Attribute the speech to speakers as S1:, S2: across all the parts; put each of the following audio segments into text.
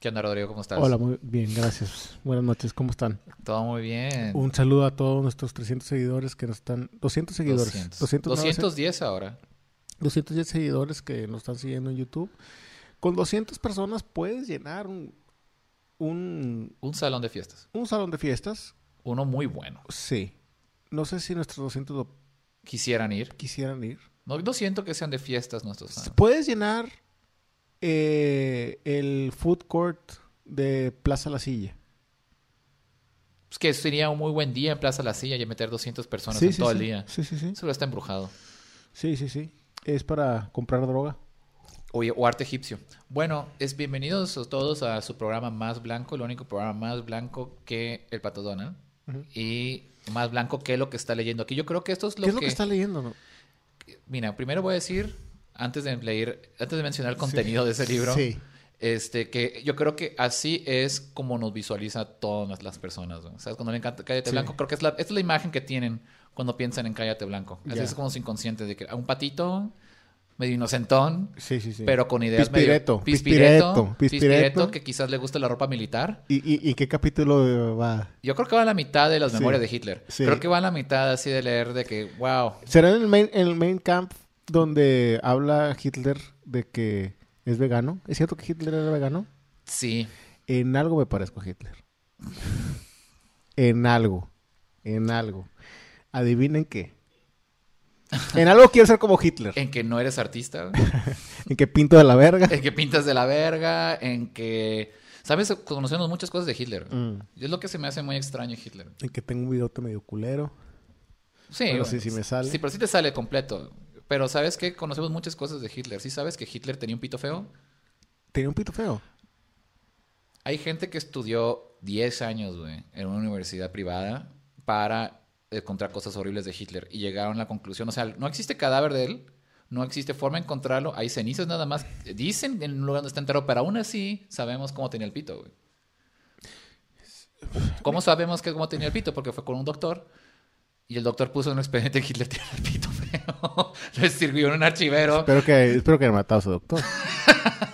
S1: ¿Qué onda, Rodrigo? ¿Cómo estás?
S2: Hola, muy bien, gracias. Buenas noches, ¿cómo están?
S1: Todo muy bien.
S2: Un saludo a todos nuestros 300 seguidores que nos están... 200 seguidores.
S1: 200.
S2: 200, no,
S1: 210 ahora.
S2: 210 seguidores que nos están siguiendo en YouTube. Con 200 personas puedes llenar un, un,
S1: Un salón de fiestas.
S2: un salón de fiestas.
S1: Uno muy bueno.
S2: Sí. No sé si nuestros 200 lo
S1: Quisieran ir.
S2: quisieran ir.
S1: No, no siento que sean de fiestas nuestros fans.
S2: Puedes llenar eh, el food court de Plaza La Silla.
S1: Es que sería un muy buen día en Plaza La Silla y meter 200 personas en todo el día.
S2: Sí, sí, sí.
S1: Eso está embrujado.
S2: Sí, sí, sí. Es para comprar droga.
S1: Oye, o arte egipcio. Bueno, es bienvenidos a todos a su programa más blanco, el único programa más blanco que el Pato Donald. Y más blanco que lo que está leyendo aquí. Yo creo que esto es lo,
S2: ¿Qué es lo que está leyendo? no?
S1: Mira, primero voy a decir, antes de leer, antes de mencionar el contenido de ese libro,
S2: Sí.
S1: este, que yo creo que así es como nos visualiza todas las personas. ¿no? ¿Sabes? Cuando le encanta Cállate
S2: Sí.
S1: Blanco, creo que es la, esta es la imagen que tienen cuando piensan en Cállate Blanco. Así
S2: Ya.
S1: es como su inconsciente, de que a un patito medio inocentón,
S2: Sí, sí, sí.
S1: pero con ideas
S2: Pispireto,
S1: medio... Pispireto,
S2: pispireto,
S1: pispireto,
S2: pispireto.
S1: que quizás le gusta la ropa militar.
S2: ¿Y, y, y qué capítulo va?
S1: Yo creo que va a la mitad de las
S2: Sí.
S1: memorias de Hitler.
S2: Sí.
S1: Creo que va a la mitad así de leer de que, wow,
S2: ¿Será en el main, en el main camp donde habla Hitler de que es vegano? ¿Es cierto que Hitler era vegano?
S1: sí,
S2: En algo me parezco a Hitler. en algo. En algo. Adivinen qué. En algo quiero ser como Hitler.
S1: en que no eres artista. güey.
S2: En que pinto de la verga.
S1: en que pintas de la verga, en que... ¿Sabes? Conocemos muchas cosas de Hitler.
S2: Mm.
S1: Y Es lo que se me hace muy extraño de Hitler.
S2: En que tengo un bigote medio culero.
S1: Sí,
S2: Bueno, sí, sí me sale.
S1: Sí, pero sí te sale completo. Pero ¿sabes qué? Conocemos muchas cosas de Hitler. ¿Sí sabes que Hitler tenía un pito feo?
S2: Tenía un pito feo.
S1: Hay gente que estudió 10 años, güey, en una universidad privada para eh, encontrar cosas horribles de Hitler. Y llegaron a la conclusión, o sea, no existe cadáver de él, no existe forma de encontrarlo, hay cenizas nada más. Dicen en un lugar donde está entero, pero aún así sabemos cómo tenía el pito, güey. ¿Cómo sabemos que cómo tenía el pito? Porque fue con un doctor y el doctor puso en un expediente que Hitler tenía el pito feo. Lo sirvió en un archivero,
S2: Espero que, espero que haya matado a su doctor.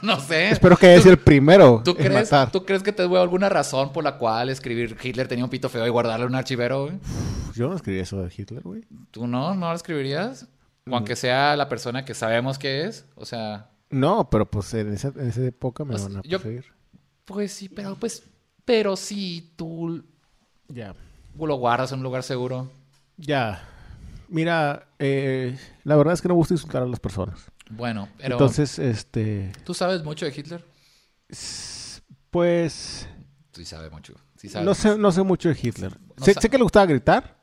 S1: no sé.
S2: Espero que haya sido el primero
S1: ¿Tú
S2: en
S1: crees,
S2: matar.
S1: ¿Tú crees que te dio alguna razón por la cual escribir Hitler tenía un pito feo y guardarlo en un archivero? güey?
S2: pues Yo no escribí eso de Hitler, güey.
S1: ¿Tú no? ¿No lo escribirías? O
S2: Mm.
S1: aunque sea la persona que sabemos que es. O sea,
S2: No, pero pues en esa, en esa época me
S1: O sea,
S2: van a
S1: yo-
S2: perseguir.
S1: pues sí, pero pues... Pero sí, tú
S2: Ya.
S1: lo guardas en un lugar seguro.
S2: Ya. Mira, eh, la verdad es que no me gusta insultar a las personas.
S1: Bueno, pero...
S2: Entonces, este.
S1: ¿Tú sabes mucho de Hitler?
S2: s- Pues.
S1: Sí sabes mucho. Sí sabes.
S2: No sé, no sé mucho de Hitler.
S1: No
S2: sé,
S1: sa-
S2: sé que le gustaba gritar.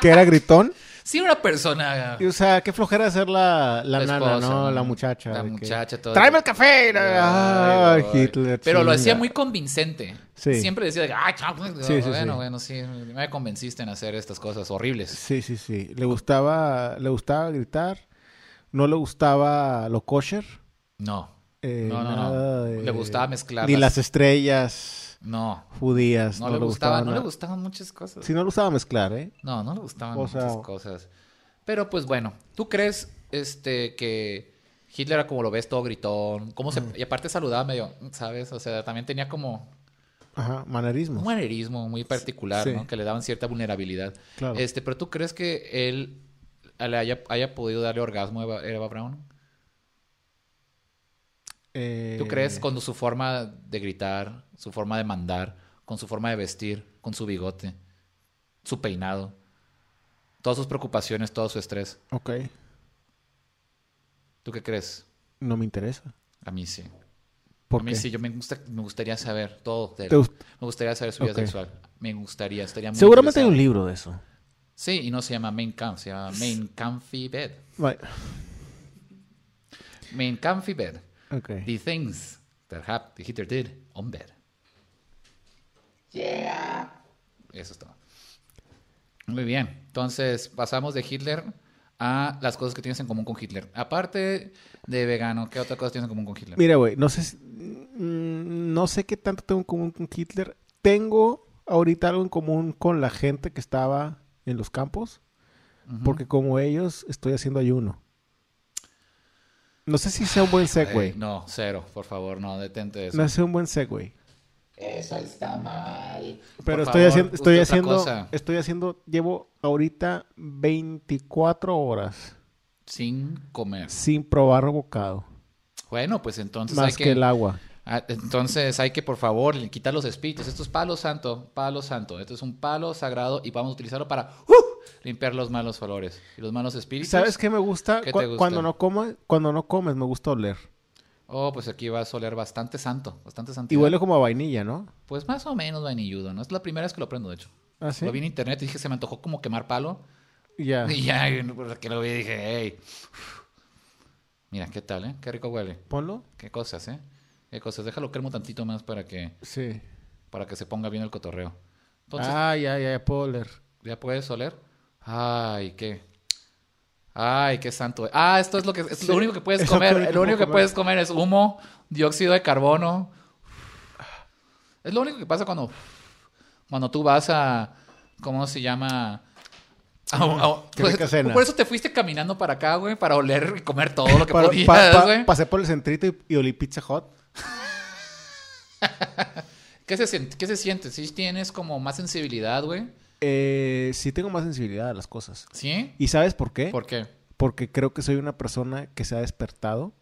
S2: que era gritón.
S1: Sí, una persona...
S2: Y, o sea, qué flojera ser la, la,
S1: La
S2: nana,
S1: esposa,
S2: ¿no?
S1: ¿no?
S2: La muchacha.
S1: La
S2: de que,
S1: muchacha, todo.
S2: ¡Tráeme el café!
S1: Ay,
S2: ¡Ay,
S1: güey.
S2: Hitler!
S1: Pero lo
S2: chinga.
S1: hacía muy convincente.
S2: Sí.
S1: Siempre decía, ah, chao, bueno,
S2: Sí, sí,
S1: bueno,
S2: sí.
S1: bueno, sí, me convenciste en hacer estas cosas horribles.
S2: Sí, sí, sí. Le gustaba, le gustaba gritar. No le gustaba lo kosher.
S1: No,
S2: eh,
S1: No, no, no.
S2: nada de-
S1: Le gustaba mezclar
S2: Ni
S1: las-
S2: las estrellas
S1: no.
S2: judías.
S1: No, le gustaba, no le
S2: nada.
S1: gustaban muchas cosas.
S2: Sí, no le gustaba mezclar, ¿eh?
S1: No, no le gustaban
S2: O
S1: muchas
S2: sea-
S1: cosas. Pero pues bueno, ¿tú crees este que Hitler era como lo ves todo gritón? ¿Cómo
S2: Mm.
S1: se y aparte saludaba medio, ¿sabes? O sea, también tenía como
S2: Ajá, manerismo.
S1: un manerismo muy particular,
S2: Sí.
S1: ¿no? Que le daban cierta vulnerabilidad.
S2: Claro.
S1: Este, pero ¿tú crees que él le haya, haya podido darle orgasmo a Eva, a Eva Brown?
S2: Eh,
S1: ¿Tú crees con su forma de gritar, su forma de mandar, con su forma de vestir, con su bigote, su peinado, todas sus preocupaciones, todo su estrés?
S2: Ok.
S1: ¿Tú qué crees?
S2: No me interesa.
S1: A mí sí.
S2: ¿Por
S1: a mí
S2: qué?
S1: sí, yo me, gusta, me gustaría saber todo. de él.
S2: Te gust-
S1: Me gustaría saber su vida
S2: Ok.
S1: sexual. Me gustaría, estaría muy
S2: Seguramente hay un
S1: interesado.
S2: libro de eso.
S1: Sí, y no se llama Main Camp, se llama Main Comfy Bed.
S2: Bueno,
S1: Main Comfy Bed.
S2: ok.
S1: The things that hap- Hitler did on bed. Eso es todo. Muy bien. Entonces, pasamos de Hitler a las cosas que tienes en común con Hitler. Aparte de vegano, ¿qué otra cosa tienes en común con Hitler?
S2: Mira, güey, no sé, si- mm, no sé qué tanto tengo en común con Hitler. Tengo ahorita algo en común con la gente que estaba en los campos, porque como ellos estoy haciendo ayuno. No sé si sea un buen segue.
S1: Eh, No, cero, por favor, no, detente de eso.
S2: No sé un buen segue.
S1: Eso está mal.
S2: Pero
S1: Por
S2: estoy
S1: favor,
S2: haciendo, estoy
S1: busca otra
S2: haciendo,
S1: cosa.
S2: estoy haciendo, llevo ahorita 24 horas
S1: Sin comer.
S2: sin probar bocado,
S1: Bueno, pues entonces hay
S2: más
S1: que.
S2: que... el agua.
S1: ah, Entonces hay que, por favor, le- quitar los espíritus. Esto es palo santo, palo santo. Esto es un palo sagrado y vamos a utilizarlo para ¡uh! limpiar los malos olores y los malos espíritus.
S2: ¿Sabes qué me gusta?
S1: ¿Qué
S2: Cu-
S1: te gusta?
S2: Cuando no comes, cuando no comes me gusta oler.
S1: Oh, pues aquí va a oler bastante santo, bastante santo.
S2: Y huele como a vainilla, ¿no?
S1: Pues más o menos vainilludo, ¿no? Es la primera vez que lo aprendo, de hecho.
S2: Así.
S1: Lo vi en internet y dije, se me antojó como quemar palo.
S2: Ah, Ya.
S1: Y ya, y no, pues, que lo vi y dije, hey. Mira, ¿qué tal, eh? Qué rico huele.
S2: Ponlo.
S1: Qué cosas, eh. Qué cosas. Déjalo cremo tantito más para que,
S2: Sí.
S1: para que se ponga bien el cotorreo. Entonces,
S2: ah, ya, ya, ya puedo oler.
S1: ¿ya puedes oler? Ay, qué. Ay, qué santo. Ah, esto es lo que es
S2: Sí,
S1: lo único que puedes
S2: es lo que
S1: comer. Lo
S2: puedo
S1: único que
S2: comer.
S1: puedes comer es humo, dióxido de carbono. Es lo único que pasa cuando cuando tú vas a ¿cómo se llama? A un- a un-
S2: Qué
S1: pues,
S2: rica cena.
S1: por eso te fuiste caminando para acá, güey, para oler y comer todo lo que
S2: Pa-
S1: podías,
S2: pa- pa-
S1: güey.
S2: pasé por el centrito y, y olí pizza hot.
S1: ¿Qué se, sien- ¿Qué se siente? ¿Sí tienes como más sensibilidad, güey?
S2: Eh, sí tengo más sensibilidad a las cosas.
S1: ¿Sí?
S2: ¿Y sabes por qué?
S1: ¿Por qué?
S2: Porque creo que soy una persona que se ha despertado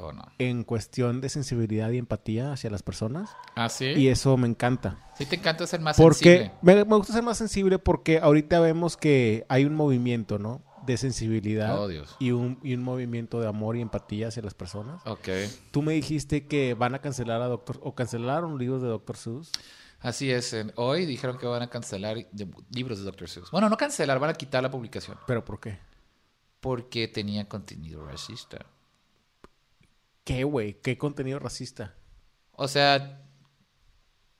S1: Oh, no.
S2: en cuestión de sensibilidad y empatía hacia las personas.
S1: ¿Ah, sí?
S2: Y eso me encanta.
S1: Sí te encanta ser más
S2: Porque
S1: sensible.
S2: me, me gusta ser más sensible porque ahorita vemos que hay un movimiento, ¿no? De sensibilidad
S1: Oh, Dios.
S2: y, un, y un movimiento de amor y empatía hacia las personas.
S1: Ok.
S2: Tú me dijiste que van a cancelar a Doctor o cancelaron libros de Doctor Seuss.
S1: Así es. en- Hoy dijeron que van a cancelar de- libros de Dr. Seuss. Bueno, no cancelar, van a quitar la publicación.
S2: ¿Pero por qué?
S1: Porque tenía contenido racista.
S2: ¿Qué, güey? ¿Qué contenido racista?
S1: O sea...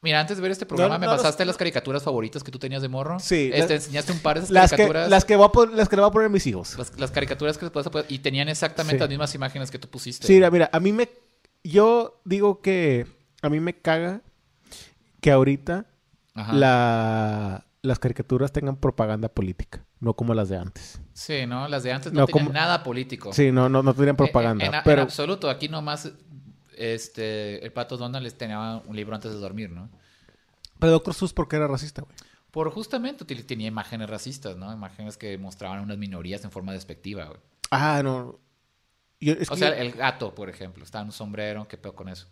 S1: Mira, antes de ver este programa
S2: No,
S1: me
S2: no,
S1: pasaste las caricaturas favoritas que tú tenías de morro.
S2: Sí,
S1: Eh,
S2: la-
S1: te enseñaste un par de esas
S2: Las que,
S1: caricaturas.
S2: las, que voy a pon- las que le voy a poner a mis hijos.
S1: Las, las caricaturas que después... Y tenían exactamente
S2: Sí.
S1: las mismas imágenes que tú pusiste.
S2: Sí, mira, mira, a mí me... Yo digo que a mí me caga que ahorita
S1: Ajá.
S2: la- las caricaturas tengan propaganda política, no como las de antes.
S1: Sí, ¿no? Las de antes no,
S2: No,
S1: tenían
S2: como-
S1: nada político.
S2: Sí, no, no, no tenían
S1: Oh. Eh, eh,
S2: propaganda.
S1: En, en
S2: pero
S1: absoluto, aquí nomás este, el pato Donald les tenía un libro antes de dormir, ¿no?
S2: pero Doctor Seuss porque era racista, güey.
S1: Por justamente util- tenía imágenes racistas, ¿no? Imágenes que mostraban a unas minorías en forma despectiva, güey.
S2: Ah, no. Yo- es
S1: O
S2: que
S1: sea,
S2: yo-
S1: el gato, por ejemplo, estaba en un sombrero, ¿qué pedo con eso?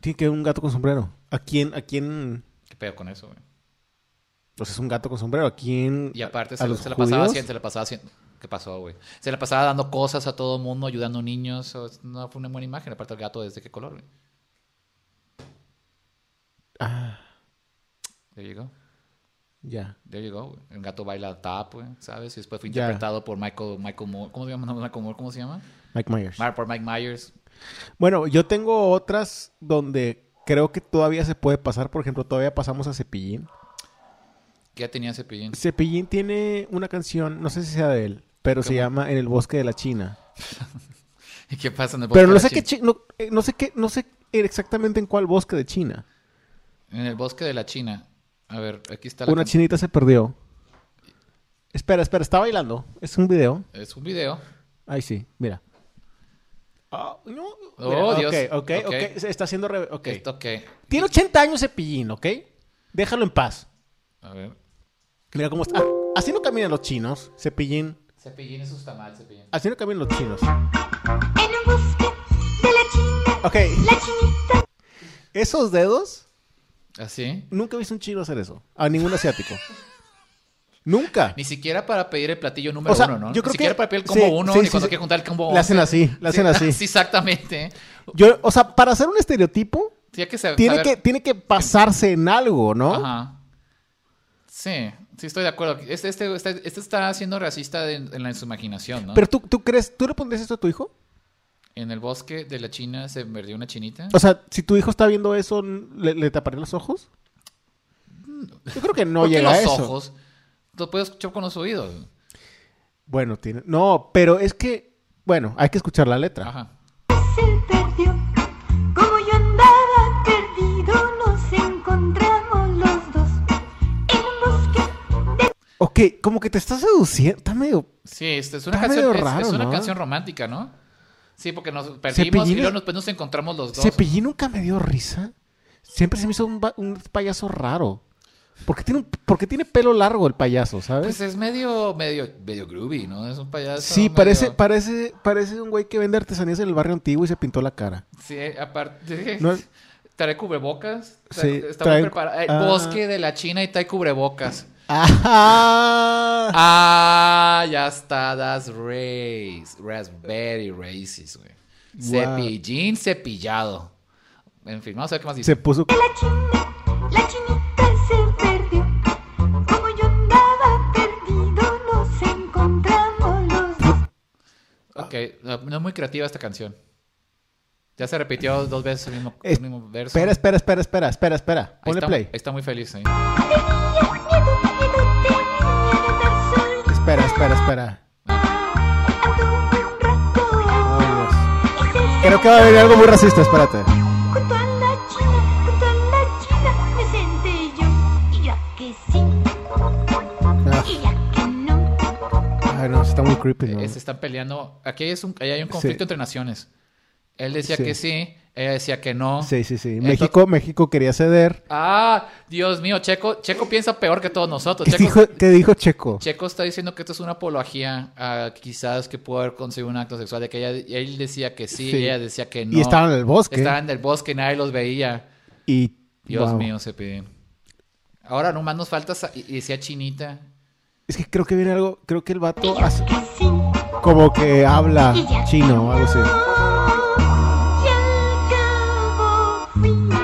S2: tiene que haber un gato con sombrero. ¿A quién? ¿A quién?
S1: ¿Qué pedo con eso, güey?
S2: Pues es un gato con sombrero. ¿A quién?
S1: Y aparte
S2: a
S1: se,
S2: los
S1: se la pasaba
S2: judíos?
S1: haciendo, se la pasaba haciendo. ¿Qué pasó, güey? Se la pasaba dando cosas a todo el mundo, ayudando niños. o- No fue una buena imagen. Aparte, el gato, ¿desde qué color, güey?
S2: Ah,
S1: ¿Ya llegó?
S2: ya.
S1: Ya llegó, güey. El gato baila tap, güey, ¿sabes? Y después fue
S2: Ya.
S1: interpretado por Michael, Michael Moore. ¿Cómo se llama? No, Michael Moore, ¿cómo se llama?
S2: Mike Myers.
S1: Mar- por Mike Myers.
S2: Bueno, yo tengo otras donde creo que todavía se puede pasar. Por ejemplo, todavía pasamos a Cepillín.
S1: ¿Qué ya tenía Cepillín?
S2: Cepillín tiene una canción, no sé si sea de él, pero se
S1: ¿Cómo?
S2: llama En el bosque de la China.
S1: ¿Y qué pasa en el bosque
S2: Pero no
S1: de
S2: sé
S1: la
S2: qué
S1: China?
S2: chi- no, eh, no sé qué, no sé exactamente en cuál bosque de China.
S1: En el bosque de la China. A ver, aquí está la
S2: Una
S1: can-
S2: chinita se perdió. Espera, espera, está bailando. Es un video.
S1: Es un video.
S2: Ahí sí, mira. Ah, no.
S1: Oh,
S2: Mira,
S1: Dios.
S2: ok, ok,
S1: Ok.
S2: ok. Se está haciendo re- ok.
S1: Esto que...
S2: Tiene 80 años Cepillín, ¿ok? Déjalo en paz.
S1: A ver.
S2: Mira cómo está. Ah, Así no caminan los chinos, Cepillín.
S1: Cepillín eso está mal, Cepillín.
S2: Así no caminan los chinos.
S3: En un bosque de la China,
S2: Ok.
S3: la chinita
S2: Esos dedos,
S1: ¿Así?
S2: nunca he visto un chino hacer eso. A ningún asiático. nunca.
S1: Ni siquiera para pedir el platillo número
S2: O sea,
S1: uno, ¿no?
S2: yo creo
S1: ni siquiera
S2: que-
S1: para pedir el combo
S2: sí,
S1: uno,
S2: sí,
S1: ni
S2: sí,
S1: cuando
S2: sí.
S1: quiere juntar el combo
S2: Le hacen
S1: once.
S2: así, le hacen así.
S1: Sí, exactamente.
S2: Yo, o sea, para hacer un estereotipo,
S1: Tiene que saber...
S2: tiene que, tiene que pasarse en algo, ¿no?
S1: Ajá. Sí, sí estoy de acuerdo. Este, este, este, este está siendo racista de- en, la- en su imaginación, ¿no?
S2: Pero tú, tú crees, ¿tú le pondrías esto a tu hijo?
S1: En el bosque de la China se perdió una chinita.
S2: O sea, si tu hijo está viendo eso, ¿le, le taparía los ojos? Yo creo que no
S1: ¿Por qué
S2: llega
S1: los
S2: a eso.
S1: ojos. Lo puedo escuchar con los oídos.
S2: Bueno, tiene. No, pero es que, bueno, hay que escuchar la letra.
S1: Ajá.
S3: se perdió. Como yo andaba perdido, nos encontramos los dos. En un bosque
S2: Ok, como que te está seduciendo. Está medio.
S1: Sí, este es una
S2: Está
S1: canción.
S2: medio
S1: es- es
S2: raro,
S1: una
S2: ¿no?
S1: canción romántica, ¿no? Sí, porque nos perdimos y
S2: Cepillín
S1: luego
S2: es-
S1: nos, pues, nos encontramos los dos.
S2: Cepillín nunca me dio risa. Siempre se me hizo un, ba- un payaso raro. Porque tiene, un- porque tiene pelo largo el payaso, ¿sabes?
S1: Pues es medio, medio, medio groovy, ¿no? Es un payaso.
S2: ¿eh? sí,
S1: medio-
S2: parece, parece, parece un güey que vende artesanías en el barrio antiguo y se pintó la cara.
S1: Sí, eh, aparte.
S2: No es-
S1: Trae cubrebocas. Trae-
S2: Sí,
S1: está
S2: traen-
S1: muy preparado. El
S2: ah.
S1: bosque de la China y trae cubrebocas.
S2: ¡Ajá!
S1: Ah, ya está. That's race. That's very racist, güey.
S2: Wow.
S1: Cepillín cepillado. En fin, vamos a ver qué más dice.
S2: Se puso.
S3: de la china, la chinita se perdió. Como yo andaba perdido, nos encontramos los dos.
S2: Ah.
S1: Ok, no, no es muy creativa esta canción. Ya se repitió dos veces el mismo,
S2: Es-
S1: el mismo verso.
S2: Espera, espera, espera, espera, espera, espera.
S1: Ahí
S2: Ponle
S1: está,
S2: play.
S1: ahí está muy feliz. ¿eh? ahí.
S3: Tenía miedo, miedo, tenía de estar solita.
S2: Espera, espera, espera.
S3: Anduve un rato
S2: Ay, Dios.
S3: y se
S2: Creo que va a venir algo muy racista, espérate.
S3: Junto a la china, junto a la china me senté yo. Y ya que sí,
S2: Ah,
S3: y ya que no.
S2: Ay, no, está muy creepy, ¿no?
S1: Eh, se están peleando. Aquí es un, ahí hay un conflicto
S2: Sí.
S1: entre naciones. Él decía
S2: Sí.
S1: que sí, ella decía que no.
S2: Sí, sí, sí.
S1: Entonces-
S2: México, México quería ceder.
S1: Ah, Dios mío, Checo, Checo piensa peor que todos nosotros.
S2: ¿Qué
S1: Checo,
S2: dijo, qué dijo Checo?
S1: Checo está diciendo que esto es una apología a quizás que pudo haber conseguido un acto sexual de que ella, él decía que sí,
S2: Sí.
S1: ella decía que no.
S2: Y estaban en el bosque.
S1: Estaban en el bosque, nadie los veía.
S2: Y.
S1: Dios
S2: wow.
S1: mío, se piden. Ahora nomás nos falta sa- y y decía Chinita.
S2: Es que creo que viene algo. Creo que el
S3: Y
S2: vato
S3: ya
S2: hace-
S3: que sí,
S2: como que habla
S3: y ya que
S2: Ah, chino o algo así.
S3: no. Y al cabo fuimos,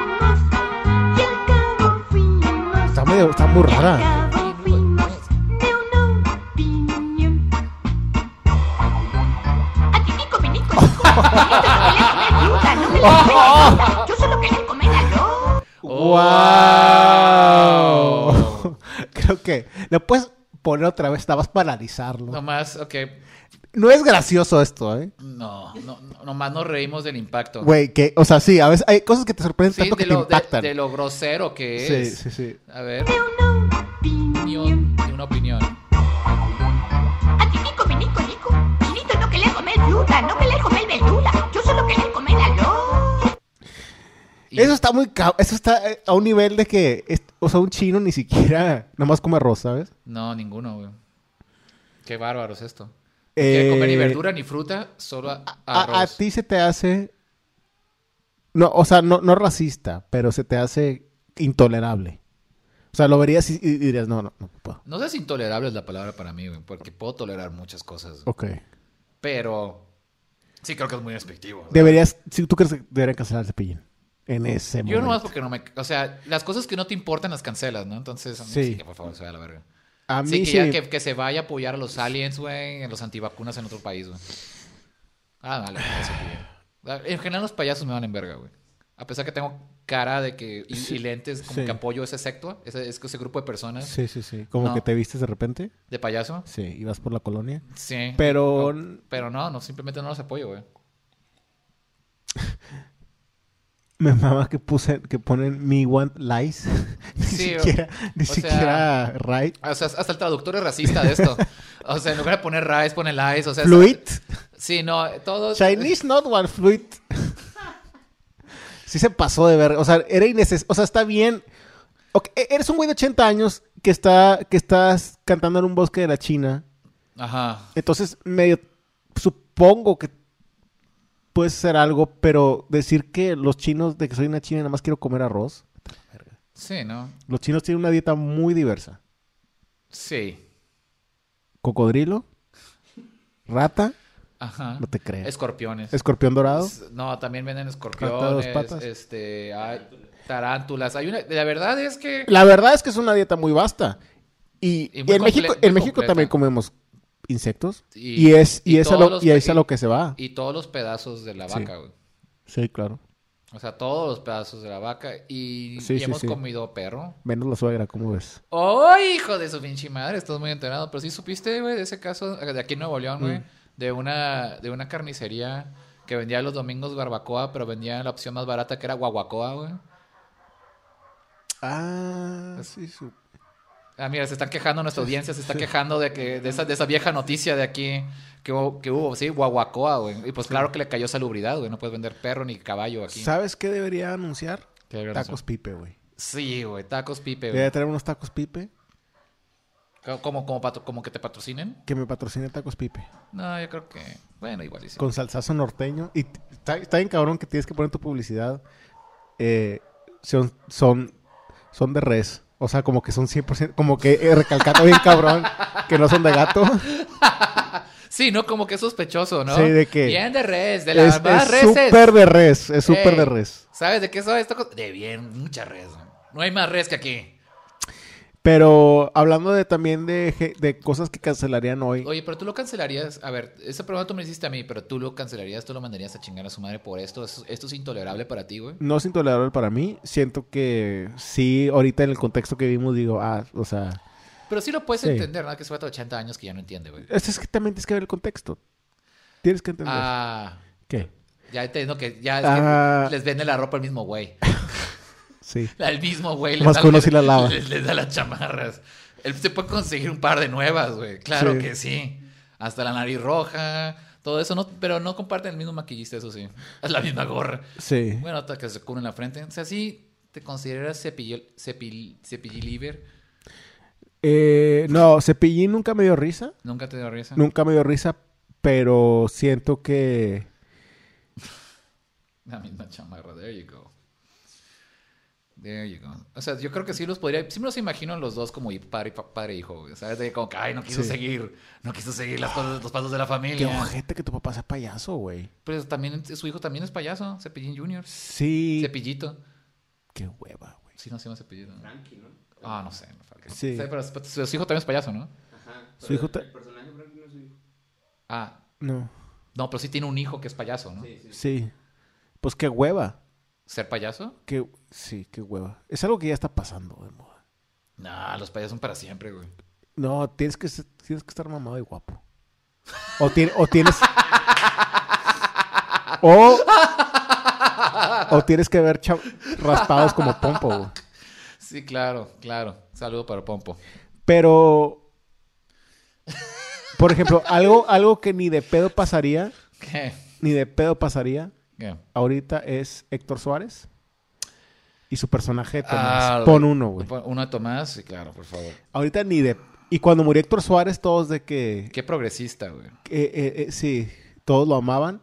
S3: y al cabo fuimos.
S2: Está medio. Está muy
S3: Y al
S2: rara.
S3: cabo fuimos de una opinión. Ah, A ti, Nico, mi Nico, Nico, mi Nico, no quería comer viuda, no me la comiera viuda. Yo solo quería comer arroz.
S1: Oh. ¡Wow!
S2: ¡Wow! creo que. Lo puedes poner otra vez, nada más para analizarlo. No,
S1: Nomás, ok.
S2: es gracioso esto, ¿eh?
S1: No, no, no, nomás nos reímos del impacto.
S2: Güey, que. O sea, sí, a veces hay cosas que te sorprenden
S1: Sí,
S2: tanto
S1: de
S2: que te
S1: lo, de,
S2: impactan.
S1: de lo grosero que
S2: sí,
S1: es.
S2: sí, sí.
S1: A ver,
S3: De una opinión.
S1: opinión, de una opinión.
S3: A ti, Nico, mi Nico, Nico. Chinito no quería comer viuda, no quería comer verdura. Yo solo quería comer arroz.
S1: Y-
S2: Eso está muy ca- Eso está eh, a un nivel de que. es- o sea, un chino ni siquiera. Nomás come arroz, ¿sabes?
S1: No, ninguno, güey. Qué bárbaro es esto. No quiere comer ni
S2: Eh,
S1: verdura ni fruta, solo a- arroz.
S2: A, a ti se te hace. No, o sea, no, no racista, pero se te hace intolerable. O sea, lo verías y, y dirías, no, no, no puedo.
S1: No sé si intolerable es la palabra para mí, güey, porque puedo tolerar muchas cosas.
S2: Ok.
S1: Pero sí creo que es muy despectivo. güey.
S2: Deberías, si tú crees que deberían cancelar el cepillín. En ese momento.
S1: Yo nomás porque no me... O sea, las cosas que no te importan las cancelas, ¿no? Entonces, a mí sí,
S2: Sí.
S1: que por favor se vaya a la verga.
S2: A mí
S1: Sí, que,
S2: sí.
S1: ya que, que se vaya a apoyar a los aliens, güey, a los antivacunas en otro país, güey. Ah, vale. eso que ya. En general los payasos me van en verga, güey. A pesar que tengo cara de que... Y, y lentes, como
S2: sí.
S1: que apoyo ese secto, ese, ese grupo de personas
S2: Sí, sí, sí. Como
S1: No.
S2: que te vistes de repente.
S1: de payaso.
S2: Sí, y vas por la colonia.
S1: Sí.
S2: Pero-
S1: No, pero no, no, simplemente no los apoyo, güey.
S2: Me mama que puse, que ponen me want lies. ni
S1: Sí, o-
S2: siquiera, ni
S1: o sea-
S2: siquiera right.
S1: O sea, hasta el traductor es racista de esto. O sea, en lugar de poner rice, pone lies. O sea,
S2: Fluid.
S1: Sí, no, todos.
S2: Chinese not one fluid. sí se pasó de ver. O sea, era innecesario. O sea, está bien. Ok, e- eres un güey de 80 años que está que estás cantando en un bosque de la China.
S1: Ajá.
S2: Entonces, medio supongo que puedes hacer algo, pero decir que los chinos de que soy una china y nada más quiero comer arroz.
S1: Sí, ¿no?
S2: Los chinos tienen una dieta muy diversa.
S1: Sí.
S2: Cocodrilo, rata,
S1: Ajá.
S2: no te creas.
S1: Escorpiones.
S2: Escorpión dorado.
S1: Ah. Es- No, también venden
S2: Rata de
S1: escorpiones.
S2: dos patas.
S1: Este, hay tarántulas. Hay una. La verdad es que.
S2: La verdad es que es una dieta muy vasta. Y,
S1: Y muy
S2: en México,
S1: comple- muy
S2: en México
S1: completa.
S2: también comemos insectos.
S1: Y-
S2: Y, es, y
S1: y
S2: es a
S1: todos
S2: lo,
S1: los
S2: y
S1: pe-
S2: es a lo que se va.
S1: Y todos los pedazos de la
S2: Sí.
S1: vaca, güey.
S2: Sí, claro.
S1: O sea, todos los pedazos de la vaca. Y,
S2: Sí,
S1: y
S2: sí,
S1: hemos
S2: sí.
S1: comido perro.
S2: Menos la suegra, ¿cómo ves?
S1: ¡Oh, hijo de su pinche madre! Estás muy enterado. Pero sí supiste, güey, de ese caso eh, de aquí en Nuevo León, güey. De, una, de una carnicería que vendía los domingos barbacoa, pero vendía la opción más barata que era guaguacoa, güey.
S2: Ah, sí, su...
S1: Ah, mira, se están quejando nuestra audiencia, se está quejando de que de esa, de esa vieja noticia de aquí que hubo, que hubo sí, guaguacoa, güey. Y pues claro que le cayó salubridad, güey. No puedes vender perro ni caballo aquí.
S2: ¿Sabes qué debería anunciar?
S1: ¿Qué debería
S2: tacos
S1: anunciar?
S2: pipe, güey.
S1: Sí, güey, tacos pipe, güey.
S2: Debería traer unos tacos pipe
S1: Co- Como, como, patro- como que te patrocinen.
S2: que me patrocine tacos pipe.
S1: No, yo creo que. Bueno, igual y sí.
S2: Con salsazo norteño. Y t- está, está bien cabrón que tienes que poner tu publicidad. eh, son, son, son de res. O sea, como que son 100%, como que eh, recalcando bien cabrón que no son de gato.
S1: Sí, ¿no? Como que es sospechoso, ¿no?
S2: Sí, ¿de qué?
S1: Bien de res, de las
S2: Es
S1: más
S2: es
S1: reses.
S2: súper de res, es súper
S1: Ey,
S2: de res.
S1: ¿Sabes de qué son estas cosas? De bien, mucha res. güey. No hay más res que aquí.
S2: Pero hablando de también de, ge- de cosas que cancelarían hoy.
S1: Oye, pero tú lo cancelarías. A ver, esa pregunta tú me hiciste a mí, pero tú lo cancelarías, tú lo mandarías a chingar a su madre por esto. Esto, esto es intolerable para ti, güey.
S2: No es intolerable para mí. Siento que sí, ahorita en el contexto que vimos, digo, ah, o sea,
S1: Pero sí lo puedes
S2: Sí.
S1: entender, ¿no? Que es un vato de 80 años que ya no entiende, güey.
S2: es es que también tienes que ver el contexto. Tienes que entender.
S1: Ah,
S2: ¿Qué?
S1: ya entiendo que ya es que
S2: Ah.
S1: les vende la ropa el mismo güey.
S2: Sí.
S1: Al mismo güey.
S2: Más
S1: da-
S2: que uno sí la lava.
S1: Les, les da las chamarras. Él se puede conseguir un par de nuevas, güey. Claro
S2: Sí.
S1: que sí. Hasta la nariz roja. Todo eso, no, pero no comparten el mismo maquillista, eso sí. Es la misma gorra.
S2: Sí.
S1: Bueno, hasta que se cubren la frente. O sea, sí te consideras cepillo, cepil, cepilliliver.
S2: Eh, no, Cepillín nunca me dio risa.
S1: Nunca te dio risa.
S2: Nunca me dio risa, pero siento que.
S1: La misma chamarra. There you go. There you go. O sea, yo creo que sí los podría. Sí me los imagino los dos como hi- padre, pa- padre e hijo. güey. ¿Sabes? De como que, ay, no quiso
S2: Sí.
S1: seguir. No quiso seguir las cosas, los pasos de la familia.
S2: Qué ojete que tu papá sea payaso, güey.
S1: Pero también su hijo también es payaso, Cepillín Junior.
S2: Sí.
S1: Cepillito.
S2: Qué hueva, güey.
S1: Sí, no se llama Cepillito. ¿no?
S4: Frankie, ¿no?
S1: Ah, no sé. no, Frankie.
S2: Sí.
S1: Sí, pero su su hijo también es payaso, ¿no?
S4: Ajá.
S2: Su
S4: pero
S2: hijo
S4: el-
S2: ta-
S4: El personaje de Frankie no es su hijo.
S1: Ah,
S2: No.
S1: no, pero sí tiene un hijo que es payaso, ¿no?
S4: Sí, sí.
S2: Sí. Pues qué hueva.
S1: ¿Ser payaso?
S2: Qué... Sí, qué hueva. Es algo que ya está pasando de moda.
S1: Nah, los payasos son para siempre, güey.
S2: No, tienes que, ser- tienes que estar mamado y guapo. O, ti- o tienes. o. O tienes que ver cha- raspados como pompo, güey.
S1: Sí, claro, claro. Saludo para Pompo.
S2: Pero, por ejemplo, algo, algo que ni de pedo pasaría,
S1: ¿Qué?
S2: ni de pedo pasaría
S1: ¿Qué?
S2: ahorita es Héctor Suárez y su personaje de Tomás.
S1: Ah,
S2: Pon uno, güey.
S1: Pon Uno a Tomás, sí, claro, por favor.
S2: Ahorita ni de... Y cuando murió Héctor Suárez, todos de que...
S1: Qué progresista, güey.
S2: que, eh, eh, sí, todos lo amaban.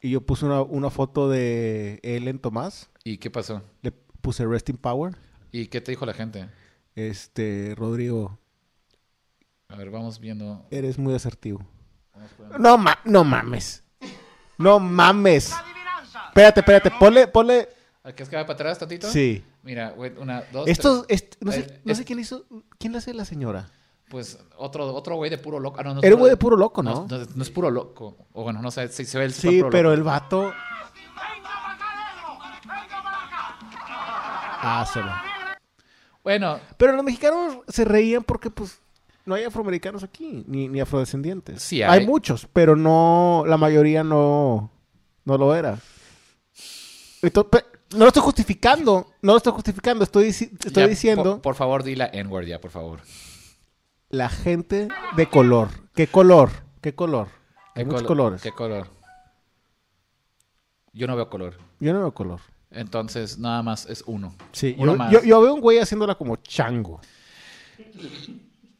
S2: Y yo puse una, una foto de él en Tomás.
S1: ¿Y qué pasó?
S2: Le puse Resting Power.
S1: ¿Y qué te dijo la gente?
S2: Este, Rodrigo,
S1: A ver, vamos viendo.
S2: eres muy asertivo. No, ma- no mames. No mames. Espérate, espérate. Ponle, ponle.
S1: ¿Al que es que va para atrás, tantito?
S2: Sí.
S1: Mira, güey, una, dos,
S2: Estos,
S1: tres.
S2: est- no sé,
S1: Eh,
S2: no
S1: es-
S2: sé quién hizo. ¿Quién le hace la señora?
S1: Pues otro, otro güey de puro loco. Ah, no, no es
S2: Era un güey de puro loco,
S1: No,
S2: ¿no?
S1: no, no es puro loco. O bueno, no sé, si se ve el
S2: Sí,
S1: puro
S2: pero
S1: loco.
S2: el vato. Ah, se va.
S1: Bueno,
S2: Pero los mexicanos se reían porque, pues, no hay afroamericanos aquí, ni, ni afrodescendientes.
S1: Sí,
S2: hay.
S1: hay.
S2: muchos, pero no, la mayoría no, no lo era. Entonces, pe- no lo estoy justificando, no lo estoy justificando, estoy, dici- estoy
S1: ya,
S2: diciendo
S1: Por, por favor, di la N-word ya, por favor.
S2: la gente de color. ¿Qué color? ¿Qué color? Hay
S1: ¿Qué
S2: muchos
S1: colo-
S2: colores.
S1: ¿Qué color? Yo no veo color.
S2: Yo no veo color.
S1: Entonces, nada más es uno.
S2: Sí,
S1: uno
S2: yo,
S1: más.
S2: yo- yo veo un güey haciéndola como chango.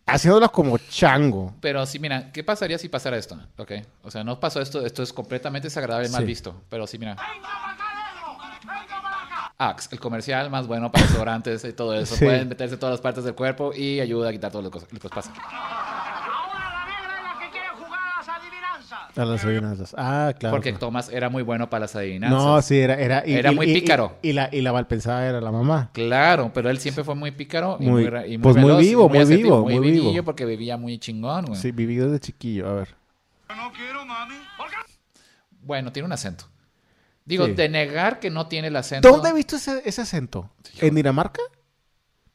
S2: Haciéndola como chango.
S1: Pero sí, mira, ¿qué pasaría si pasara esto? Ok. O sea, no pasó esto. Esto es completamente desagradable, mal
S2: Sí.
S1: visto. Pero sí, mira. Axe, el comercial más bueno para restaurantes y todo eso.
S2: Sí.
S1: Pueden meterse en todas las partes del cuerpo y ayuda a quitar todo lo que los pasa.
S5: Ahora la negra es la que quiere jugar a las adivinanzas.
S2: A las adivinanzas. Ah, claro.
S1: Porque Thomas era muy bueno para las adivinanzas.
S2: No, sí, era... Era,
S1: Era muy pícaro.
S2: Y, la, y la malpensada era la mamá.
S1: Claro, pero él siempre fue muy pícaro y
S2: Muy-
S1: muy, ra- y muy
S2: pues muy
S1: veloz,
S2: vivo,
S1: y
S2: muy
S1: asertivo,
S2: vivo, muy vivo.
S1: virillo porque vivía muy chingón, güey.
S2: Sí, vivido de chiquillo. A ver.
S5: No quiero, mami. ¿Por qué?
S1: Bueno, tiene un acento. Digo,
S2: Sí.
S1: de negar que no tiene el acento.
S2: ¿Dónde he visto ese, ese acento? ¿En Dinamarca?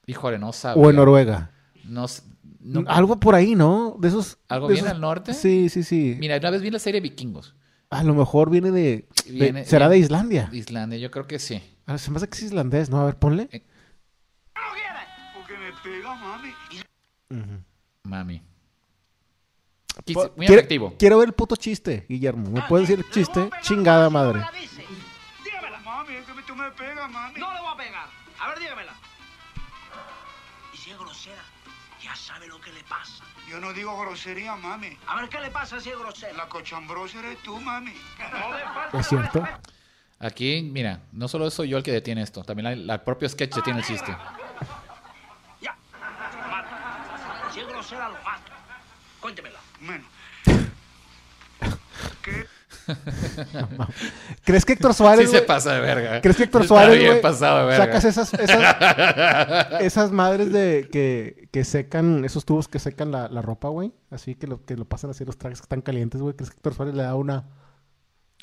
S1: Híjole, no sabía.
S2: ¿O en Noruega? Mm, Ah,
S1: No s- no-
S2: Algo por ahí, ¿no? De esos...
S1: ¿Algo
S2: de
S1: bien
S2: esos-
S1: al norte?
S2: Sí, sí, sí.
S1: Mira, una vez vi la serie Vikingos.
S2: A lo mejor viene de... de-
S1: Viene-
S2: ¿Será
S1: viene-
S2: de Islandia?
S1: Islandia, yo creo que sí.
S2: Ah, Se me hace que es islandés, ¿no? A ver, ponle.
S1: Eh.
S5: ¿No quiere? ¿Por que me pega, mami.
S2: Ujú.
S1: Mami. Quis-
S2: Po-
S1: Muy
S2: quiero-
S1: efectivo.
S2: Quiero ver el puto chiste, Guillermo. ¿Me puedes decir el chiste? Chingada madre.
S5: Dígamela.
S4: Oh, Mami, es que tú me pegas, mami.
S5: No le voy a pegar. A ver, dígamela.
S6: Y si es grosera, ya sabe lo que le pasa.
S4: Yo no digo grosería, mami.
S6: A ver qué le pasa si es grosera.
S4: La cochambrosa eres tú, mami.
S5: No le falta
S2: ¿Es cierto?
S1: Aquí, mira, no solo soy yo el que detiene esto, también la, la propio sketch detiene el chiste.
S2: Ah,
S6: Ya. Mata. Si es grosera, lo mato. Cuéntemela.
S4: Bueno,
S2: ¿Crees que Héctor
S1: Sí
S2: Suárez,
S1: se
S2: güey,
S1: pasa de verga.
S2: ¿Crees que Héctor
S1: Está
S2: Suárez,
S1: bien
S2: güey,
S1: pasado de verga.
S2: sacas esas, esas, esas madres de que, que secan, esos tubos que secan la, la ropa, güey? Así que lo, que lo pasan así los trajes que están calientes, güey. ¿Crees que Héctor Suárez le da una...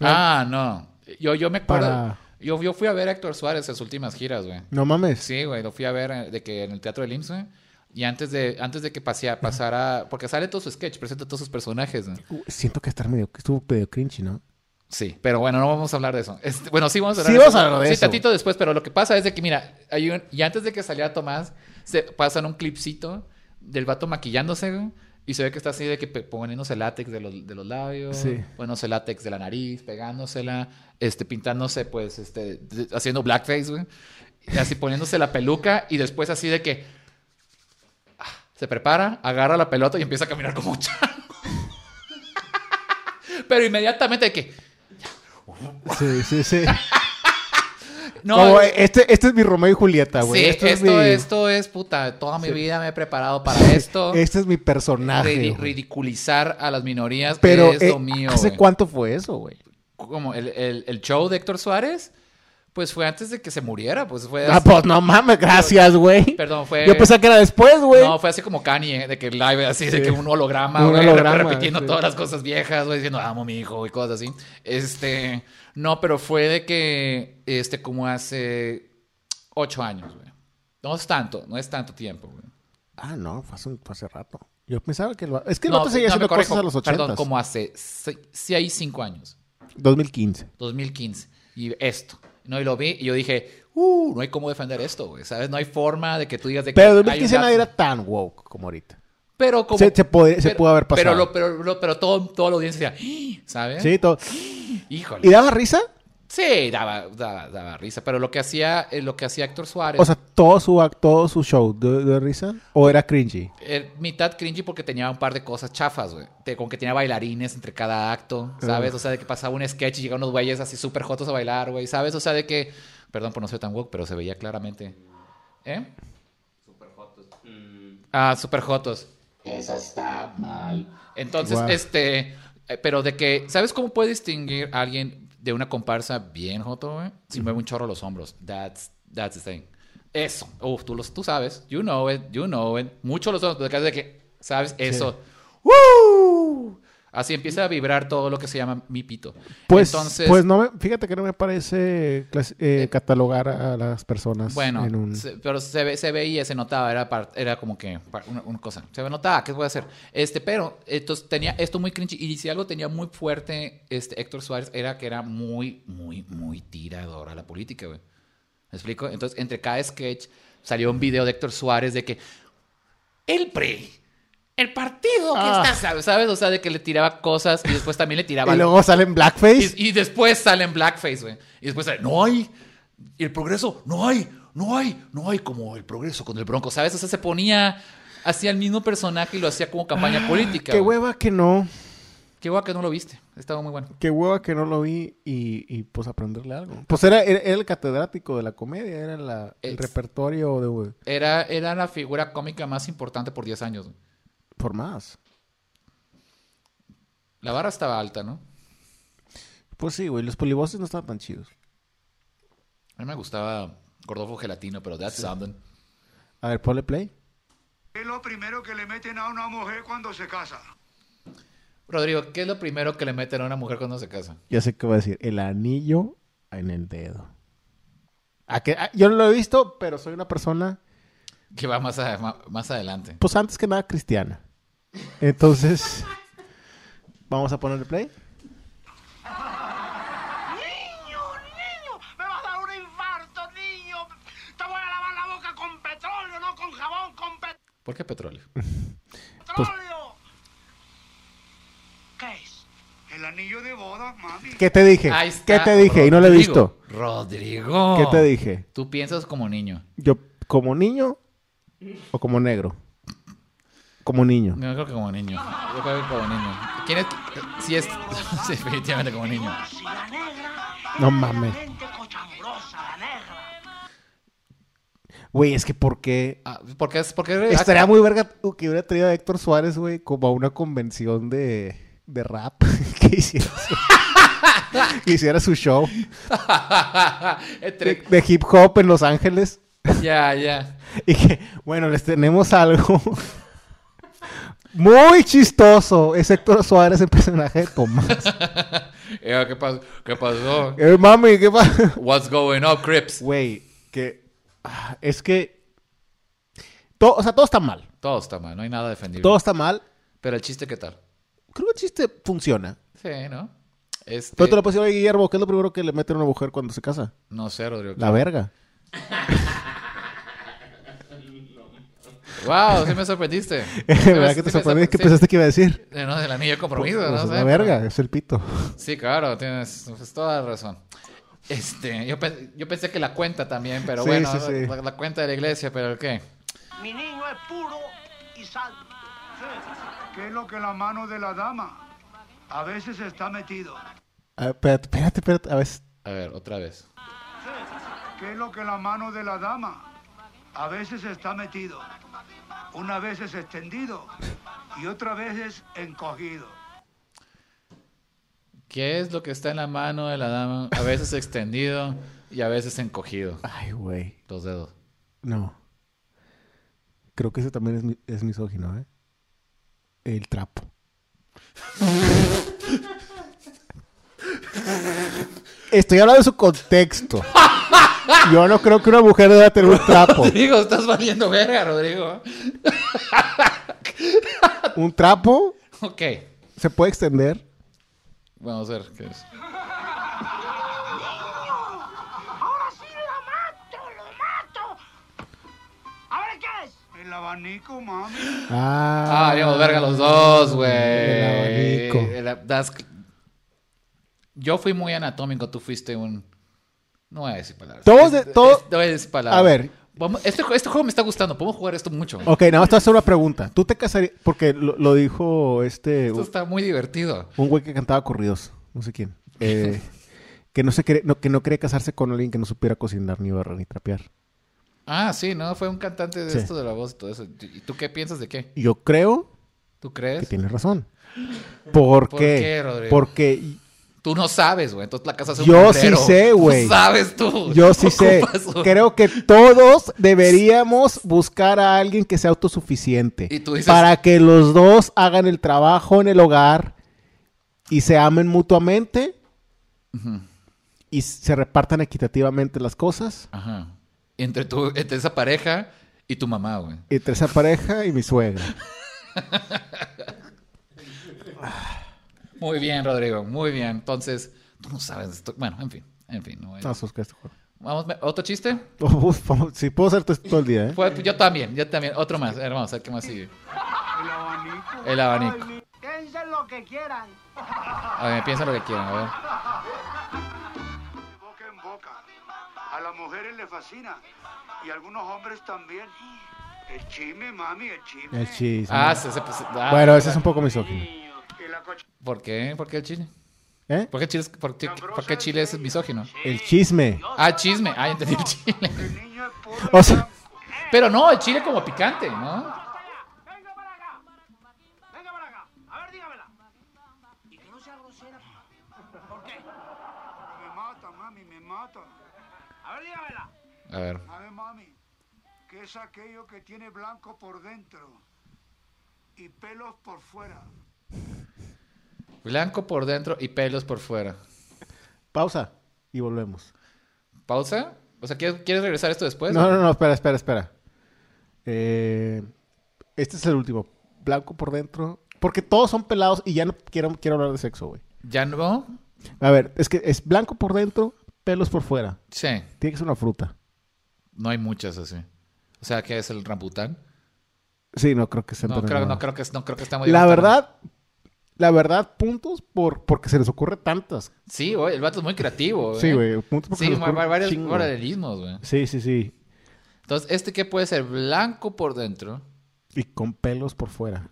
S1: Ah, no. Yo, yo me acuerdo.
S2: Para-
S1: Yo, yo fui a ver a Héctor Suárez en sus últimas giras, güey.
S2: No mames.
S1: Sí, güey, lo fui a ver eh, de que en el Teatro del IMSS, güey. Y antes de, antes de que pasea, pasara. Porque sale todo su sketch, presenta todos sus personajes, güey.
S2: Uy, Siento que estar medio, que estuvo medio cringy, ¿no?
S1: Sí, pero bueno, no vamos a hablar de eso. Este, bueno, sí vamos a hablar
S2: Sí
S1: de
S2: vamos
S1: eso.
S2: a hablar de
S1: sí,
S2: eso,
S1: tantito después, pero lo que pasa es de que, mira, hay un- y antes de que saliera Tomás, se pasan un clipcito del vato maquillándose, güey, Y se ve que está así de que pe- poniéndose látex de los, de los labios,
S2: Sí.
S1: poniéndose látex de la nariz, pegándosela, este, pintándose, pues, este, de- haciendo blackface, güey. y Así poniéndose la peluca y después así de que ah, se prepara, agarra la pelota y empieza a caminar como un chango. Pero inmediatamente de que,
S2: Sí, sí, sí.
S1: no,
S2: Como,
S1: es-
S2: este, este es mi Romeo y Julieta, güey.
S1: Sí,
S2: Este
S1: esto,
S2: mi-
S1: esto es puta. Toda mi vida me he preparado para esto.
S2: Este es mi personaje.
S1: Ridi-
S2: güey.
S1: ridiculizar a las minorías
S2: Pero,
S1: es
S2: eh,
S1: lo mío.
S2: ¿hace
S1: güey.
S2: cuánto fue eso, güey?
S1: Como el, el- el show de Héctor Suárez, pues fue antes de que se muriera. Pues fue.
S2: Ah,
S1: hace- eh,
S2: pues no mames, gracias, güey.
S1: Perdón, fue-
S2: Yo pensé que era después, güey.
S1: no, fue así como Kanye, eh, de que live, así, de
S2: Sí.
S1: que un holograma,
S2: Un
S1: güey,
S2: holograma,
S1: repitiendo
S2: sí.
S1: todas las cosas viejas, güey, diciendo amo a mi hijo y cosas así. Este, no, pero fue de que, este, como hace ocho años, güey. No es tanto, no es tanto tiempo, güey.
S2: Ah, no, fue hace, fue hace rato. Yo pensaba que el va- Es que el
S1: No,
S2: vato seguía
S1: no, me
S2: haciendo
S1: corrijo.
S2: cosas a los 80.
S1: Perdón, como hace 6, 5 años,
S2: 2015.
S1: 2015. Y esto. No, y lo vi y yo dije, uh, no hay cómo defender esto, güey. ¿Sabes? No hay forma de que tú digas de que.
S2: Pero
S1: hay un
S2: 2015 nadie
S1: lapso.
S2: era tan woke como ahorita.
S1: Pero como.
S2: Se- se podría- se pudo haber pasado.
S1: Pero, lo- pero, lo- pero todo, toda la audiencia decía, "Ah", ¿sabes?
S2: Sí, todo.
S1: Híjole.
S2: ¿Y daba risa?
S1: Sí, daba, daba, daba risa. Pero lo que hacía, eh, lo que hacía Héctor Suárez.
S2: O sea, todo su, act- todo su show de, de risa. ¿O era cringy?
S1: eh, mitad cringy porque tenía un par de cosas chafas, güey. Te- Como que tenía bailarines entre cada acto, ¿sabes? O sea, de que pasaba un sketch y llegaban unos güeyes así súper jotos a bailar, güey, ¿sabes? O sea, de que. Perdón por no ser tan woke, pero se veía claramente. ¿Eh? Ah, super jotos. Eso está mal. Entonces,
S2: Guau.
S1: este. eh, Pero de que. ¿Sabes cómo puede distinguir a alguien de una comparsa bien joto, güey? Si mueve un chorro los hombros. That's, that's the thing. Eso. Uf, tú, los, tú sabes. You know it. You know it. Mucho los hombros. Pero de que- de que. ¿Sabes? Eso. ¡Woo! Así empieza a vibrar todo lo que se llama mi pito.
S2: Pues,
S1: Entonces,
S2: pues no me, fíjate que no me parece clasi- eh, catalogar a las personas
S1: Bueno,
S2: en un...
S1: se- pero se, ve- se veía, se notaba, era, par- era como que par- una, una cosa. Se notaba, ¿qué voy a hacer? Este, pero entonces tenía esto muy cringy. Y si algo tenía muy fuerte este, Héctor Suárez era que era muy, muy, muy tirador a la política, güey. ¿Me explico? Entonces, entre cada sketch salió un video de Héctor Suárez de que el PRI, el partido que
S2: Ah.
S1: está, ¿sabes? ¿sabes? O sea, de que le tiraba cosas y después también le tiraba
S2: Y luego salen blackface.
S1: y, y después sale en blackface, güey. Y después sale, no hay. Y el progreso, no hay, no hay, no hay como el progreso con el bronco, ¿sabes? O sea, se ponía, hacía el mismo personaje y lo hacía como campaña política.
S2: Ah, Qué
S1: güey.
S2: hueva que no.
S1: Qué hueva que no lo viste. Estaba muy bueno.
S2: Qué hueva que no lo vi y, y, pues aprenderle algo. Pues era, era, era el catedrático de la comedia, era la- el
S1: Es-
S2: repertorio de
S1: Era, era la figura cómica más importante por 10 años. güey.
S2: por más.
S1: La barra estaba alta, ¿no?
S2: Pues sí, güey, los polivoces no estaban tan chidos.
S1: A mí me gustaba Gordofo Gelatino, pero that's something.
S2: A ver, ponle play.
S4: Es lo primero que le meten a una mujer cuando se casa.
S1: Rodrigo, ¿qué es lo primero que le meten a una mujer cuando se casa?
S2: Ya sé qué va a decir. El anillo en el dedo. ¿A Ah, que, a- yo no lo he visto, pero soy una persona,
S1: Que va más, a- ma- más adelante.
S2: pues antes que nada, cristiana. Entonces, vamos a ponerle play.
S5: Niño, niño, me va a dar un infarto, niño. Te voy a lavar la boca con petróleo, no con jabón.
S1: ¿Por qué petróleo?
S2: Pues,
S5: ¡Petróleo!
S6: ¿Qué es?
S4: El anillo de boda, mami.
S2: ¿Qué te dije?
S1: Ahí está,
S2: ¿Qué te dije? Y no lo he
S1: Rodrigo.
S2: visto.
S1: Rodrigo.
S2: ¿Qué te dije?
S1: Tú piensas como niño.
S2: Yo, ¿como niño o como negro? Como niño.
S1: No, yo creo que como niño. Yo creo que como niño. ¿Quién es? Sí, es. sí, definitivamente como niño.
S6: Si la negra
S2: No mames.
S6: es gente cochambrosa, la negra.
S2: Güey, es que ¿por qué?
S1: Ah, ¿Por qué es? Porque
S2: Estaría muy verga uh, que hubiera traído a Héctor Suárez, güey, como a una convención de, de rap. que hiciera su, que hiciera su show de, de hip hop en Los Ángeles.
S1: Ya, ya.
S2: Y que, bueno, les tenemos algo muy chistoso. Es Héctor Suárez, el personaje de Tomás.
S1: Eh, ¿Qué pasó? ¿Qué pasó?
S2: Eh, mami, ¿qué pasa?
S1: What's going on, Crips?
S2: Güey, que. ah, Es que. to- o sea, todo está mal.
S1: Todo está mal, no hay nada defendible.
S2: Todo está mal.
S1: Pero el chiste, ¿qué tal?
S2: Creo que el chiste funciona.
S1: Sí, ¿no? Este,
S2: Pero te lo puedo decir, oye, Guillermo, ¿qué es lo primero que le mete a una mujer cuando se casa?
S1: No sé, Rodrigo.
S2: La verga.
S1: Wow, sí me sorprendiste.
S2: ¿Verdad que te sorprendí? ¿Qué pensaste que iba a decir?
S1: que No, del anillo de compromiso,
S2: Pues,
S1: no
S2: es
S1: sé.
S2: la verga, es el pito.
S1: Sí, claro, tienes pues, toda la razón. Este, yo, pe- yo pensé que la cuenta también, pero
S2: Sí,
S1: bueno,
S2: sí, sí.
S1: La, la cuenta de la iglesia, pero ¿qué?
S6: Mi niño es puro y salvo.
S4: ¿Qué es lo que la mano de la dama a veces está metido?
S2: Ah, espérate, espérate, espérate. A veces.
S1: A ver, otra vez.
S4: ¿Qué es lo que la mano de la dama a veces está metido? Una vez es extendido y otra vez es encogido.
S1: ¿Qué es lo que está en la mano de la dama? A veces extendido y a veces encogido.
S2: Ay, güey.
S1: Los dedos.
S2: No. Creo que ese también es, mi- es misógino, ¿eh? El trapo. Estoy hablando de su contexto. Yo no creo que una mujer deba tener un trapo.
S1: Rodrigo, estás valiendo verga, Rodrigo.
S2: Un trapo
S1: Ok,
S2: se puede extender.
S1: vamos a ver qué es.
S5: ¡Ahora sí lo mato, lo mato! A ver qué es.
S4: El abanico, mami.
S2: Ah,
S1: Ah, digamos, verga los dos, güey.
S2: El abanico.
S1: El- das- Yo fui muy anatómico, tú fuiste un... No voy a decir palabras.
S2: Todos de-
S1: Es-
S2: todo-
S1: es- no voy a decir palabras.
S2: A ver.
S1: Vamos- este, jue- este juego me está gustando, podemos jugar esto mucho.
S2: Ok, nada más te voy a hacer una pregunta. ¿Tú te casarías? Porque lo, lo dijo este.
S1: Esto está muy divertido.
S2: Un güey que cantaba corridos, no sé quién. eh, que no se quería- no, que no quería casarse con alguien que no supiera cocinar, ni barrer, ni trapear.
S1: Ah, sí, ¿no? Fue un cantante de
S2: Sí.
S1: esto de la voz y todo eso. ¿Y tú qué piensas de qué?
S2: Y Yo creo
S1: ¿Tú
S2: que
S1: crees?
S2: tienes razón. ¿Por,
S1: ¿Por
S2: qué?
S1: qué, Rodrigo?
S2: Porque
S1: Tú no sabes, güey. Entonces la casa es un
S2: Yo sí
S1: mugrero.
S2: sé,
S1: Tú
S2: güey.
S1: sabes tú.
S2: yo sí sé.
S1: Ocupas un-
S2: Creo que todos deberíamos buscar a alguien que sea autosuficiente.
S1: Y tú dices-
S2: Para que los dos hagan el trabajo en el hogar y se amen mutuamente y se repartan equitativamente las cosas
S1: Ajá. Entre, tu, entre esa pareja y tu mamá, güey.
S2: entre esa pareja y mi suegra.
S1: Muy bien, Rodrigo, muy bien. Entonces, tú no sabes esto. Bueno, en fin, en fin. no voy a-
S2: No, sos que este juego. Oh,
S1: Vamos, me- ¿Otro chiste?
S2: Si puedo ser todo el día, ¿eh?
S1: Pues, yo también, yo también. Otro más, hermano, a ver qué más sigue. El
S4: El abanico.
S1: abanico.
S5: Piensen lo que quieran.
S1: A ver, piensa lo que quieran, a ver.
S4: De boca en boca. A las mujeres les fascina y a algunos hombres también. El chisme, mami, el chisme.
S2: El chisme.
S1: Ah, se, se- se- ah,
S2: bueno, ese es un poco misógino.
S4: Y la cocha-
S1: ¿Por qué? ¿Por qué el chile?
S2: ¿Eh?
S1: ¿Por qué Chile es, por qué- por qué Chile es misógino?
S2: El chisme.
S1: Ah, chisme. Ah, ya entendí el chile.
S4: el niño es puro y
S2: O sea,
S1: Pero no, el chile como picante, ¿no?
S5: Venga para acá. Venga para acá. A ver, dígamela.
S6: Y que no sea grosera.
S4: Me mata, mami, me mata.
S5: A ver, dígamela.
S1: A ver.
S4: A ver, mami, ¿qué es aquello que tiene blanco por dentro y pelos por fuera?
S1: Blanco por dentro y pelos por fuera.
S2: pausa y volvemos.
S1: ¿Pausa? O sea, ¿quieres, quieres regresar a esto después?
S2: No, no, no, espera, espera, espera. Eh, este es el último. Blanco por dentro. Porque todos son pelados y ya no quiero, quiero hablar de sexo, güey.
S1: ¿Ya no?
S2: A ver, es que es blanco por dentro, pelos por fuera.
S1: Sí.
S2: Tiene que ser una fruta.
S1: No hay muchas así. O sea, ¿qué es el rambután?
S2: Sí, no creo que sea
S1: No
S2: tan
S1: creo,
S2: elevado.
S1: no, creo que, no creo que está muy
S2: La
S1: bien.
S2: verdad, la verdad, puntos por porque se les ocurre tantas.
S1: Sí, güey, el vato es muy creativo.
S2: Sí, güey, puntos
S1: Sí,
S2: porque se les
S1: va- va-
S2: ocurre
S1: varios
S2: chingo.
S1: paralelismos, güey.
S2: Sí, sí, sí.
S1: Entonces, ¿este qué puede ser? Blanco por dentro.
S2: Y con pelos por fuera.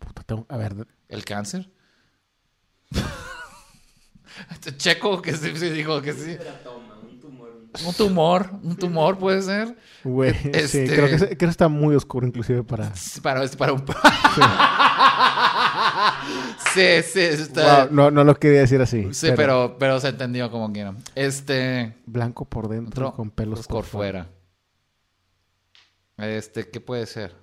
S2: Puta, tengo- a ver,
S1: ¿El cáncer? Este Checo, que sí, sí dijo que sí. Un tumor, un tumor puede ser.
S2: güey.
S1: Este-
S2: Sí, creo que, ese- creo que está muy oscuro inclusive para...
S1: Para, es para un. sí, sí, está.
S2: Wow, no, no lo quería decir así.
S1: sí, pero, pero se entendió como quiera. Este.
S2: Blanco por dentro,
S1: Otro,
S2: con pelos por fuera.
S1: Este, ¿qué puede ser?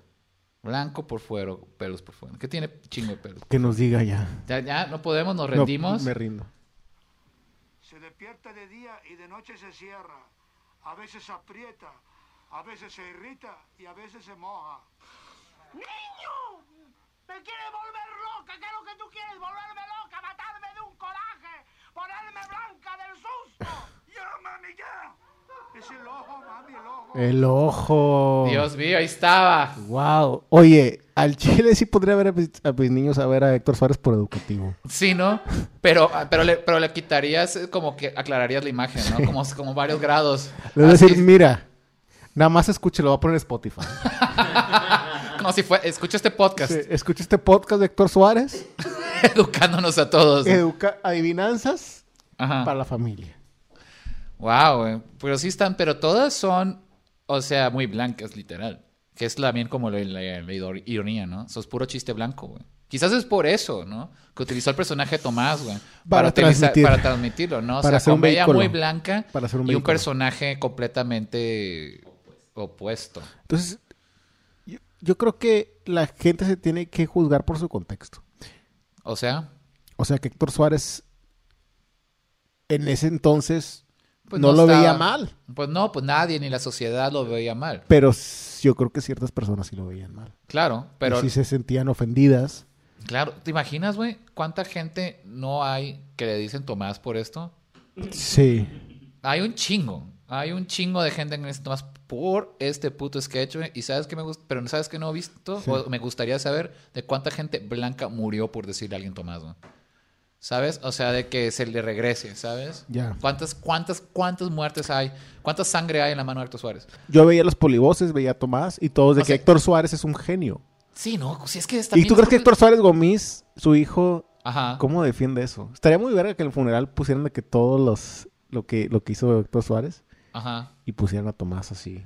S1: Blanco por fuera, pelos por fuera. ¿Qué tiene chingo de pelos?
S2: Que nos diga ya.
S1: Ya, ya, no podemos, nos
S2: No,
S1: rendimos.
S2: me rindo.
S4: Se despierta de día y de noche se cierra. A veces aprieta, a veces se irrita y a veces se moja.
S5: ¡Niño! ¡Me quieres volver loca! ¿Qué es lo que tú quieres? ¡Volverme loca! ¡Matarme de un coraje! ¡Ponerme blanca del susto!
S4: ¡Ya, mami, ya! Es el ojo, mami, el ojo.
S2: El ojo.
S1: Dios mío, ahí estaba.
S2: Wow. Oye, al Chile sí podría ver a mis, a mis niños a ver a Héctor Suárez por educativo.
S1: Sí, ¿no? Pero, ah, pero, le, pero le quitarías, eh, como que aclararías la imagen, ¿no? Como, como varios grados.
S2: Le voy a
S1: Así,
S2: decir, mira, nada más escuche, lo voy a poner en Spotify.
S1: como si fue, escucha este podcast,
S2: Sí, escucha este podcast de Héctor Suárez,
S1: educándonos a todos.
S2: educa adivinanzas
S1: Ajá.
S2: para la familia.
S1: Wow, güey. pero sí están, pero todas son, o sea, muy blancas, literal. Que es también como la, la- la ido- ironía, ¿no? Eso es puro chiste blanco, güey. Quizás es por eso, ¿no? Que utilizó el personaje de Tomás, güey.
S2: Para
S1: utilizar-
S2: transmitir.
S1: para transmitirlo, ¿no? O
S2: Para
S1: sea,
S2: hacer un
S1: comedia
S2: vehículo.
S1: muy blanca
S2: Para hacer
S1: y
S2: un
S1: un
S2: vehículo.
S1: personaje completamente opuesto.
S2: Entonces, yo, yo creo que la gente se tiene que juzgar por su contexto.
S1: O sea,
S2: O sea, que Héctor Suárez en ese entonces
S1: pues
S2: no, lo
S1: estaba-
S2: veía mal,
S1: Pues no, pues nadie ni la sociedad lo veía mal.
S2: pero s- yo creo que ciertas personas sí lo veían mal.
S1: Claro,
S2: Pero
S1: pero
S2: sí se sentían ofendidas.
S1: claro, ¿te imaginas, güey? ¿Cuánta gente no hay que le dicen Tomás por esto?
S2: Sí.
S1: Hay un chingo. Hay un chingo de gente en este más por este puto sketch, güey. Y sabes que me gusta, pero sabes que no he visto, o me gustaría saber de cuánta gente blanca murió por decirle a alguien Tomás, güey. ¿Sabes? O sea, de que se le regrese, ¿sabes?
S2: Ya.
S1: ¿Cuántas, cuántas, cuántas muertes hay? ¿Cuánta sangre hay en la mano de Héctor Suárez?
S2: Yo veía los polivoces, veía a Tomás y todos de
S1: O
S2: que
S1: sea-
S2: Héctor Suárez es un genio.
S1: Sí, ¿no? Si es que está
S2: ¿Y tú crees que Héctor Suárez Gómez, su hijo,
S1: Ajá.
S2: cómo defiende eso? Estaría muy verga que en el funeral pusieran de que todos los lo que lo que hizo Héctor Suárez
S1: Ajá.
S2: y pusieran a Tomás así.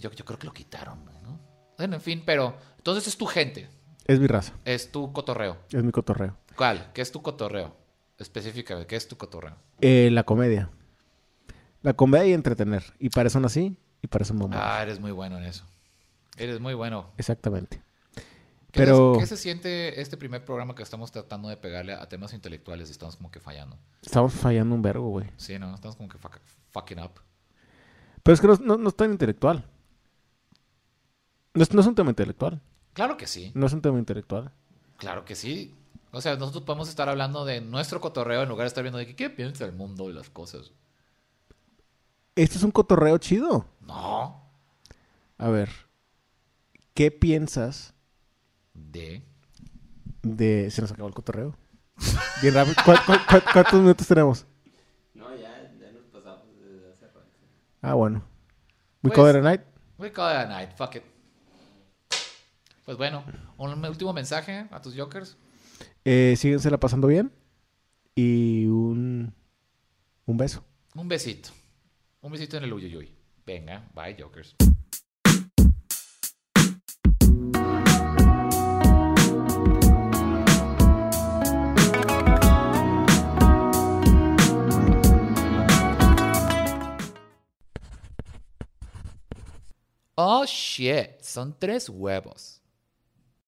S1: Yo, yo creo que lo quitaron, güey, ¿no? Bueno, en fin, pero entonces es tu gente.
S2: Es mi raza,
S1: Es tu cotorreo.
S2: es mi cotorreo.
S1: ¿Cuál? ¿Qué es tu cotorreo? Específicamente, ¿qué es tu cotorreo?
S2: Eh, la comedia. La comedia y entretener. Y para eso nací y para eso me muero.
S1: Ah, eres muy bueno en eso. Eres muy bueno.
S2: Exactamente.
S1: ¿Qué,
S2: Pero-
S1: se, ¿Qué se siente este primer programa que estamos tratando de pegarle a temas intelectuales y estamos como que fallando?
S2: Estamos fallando un vergo, güey.
S1: Sí, ¿no? Estamos como que fuck- fucking up.
S2: Pero es que no, no- no es tan intelectual. No es- no es un tema intelectual.
S1: Claro que sí,
S2: No es un tema intelectual.
S1: claro que sí. O sea, nosotros podemos estar hablando de nuestro cotorreo en lugar de estar viendo de que, qué piensa el mundo y las cosas.
S2: Este es un cotorreo chido.
S1: No,
S2: A ver, ¿qué piensas
S1: de...
S2: de... Se nos acabó el cotorreo. Bien rápido. ¿Cuá- cuá- cuá- cuántos minutos tenemos?
S7: No, ya, ya nos pasamos desde hace rato.
S2: Ah, bueno. ¿We
S1: Pues-
S2: call it a night?
S1: We call it a night, fuck it. Pues bueno, un último mensaje a tus jokers.
S2: Eh, síguensela pasando bien. Y un... Un beso.
S1: Un besito. Un besito en el uyuyuy. Venga, bye jokers. Oh shit, son tres huevos.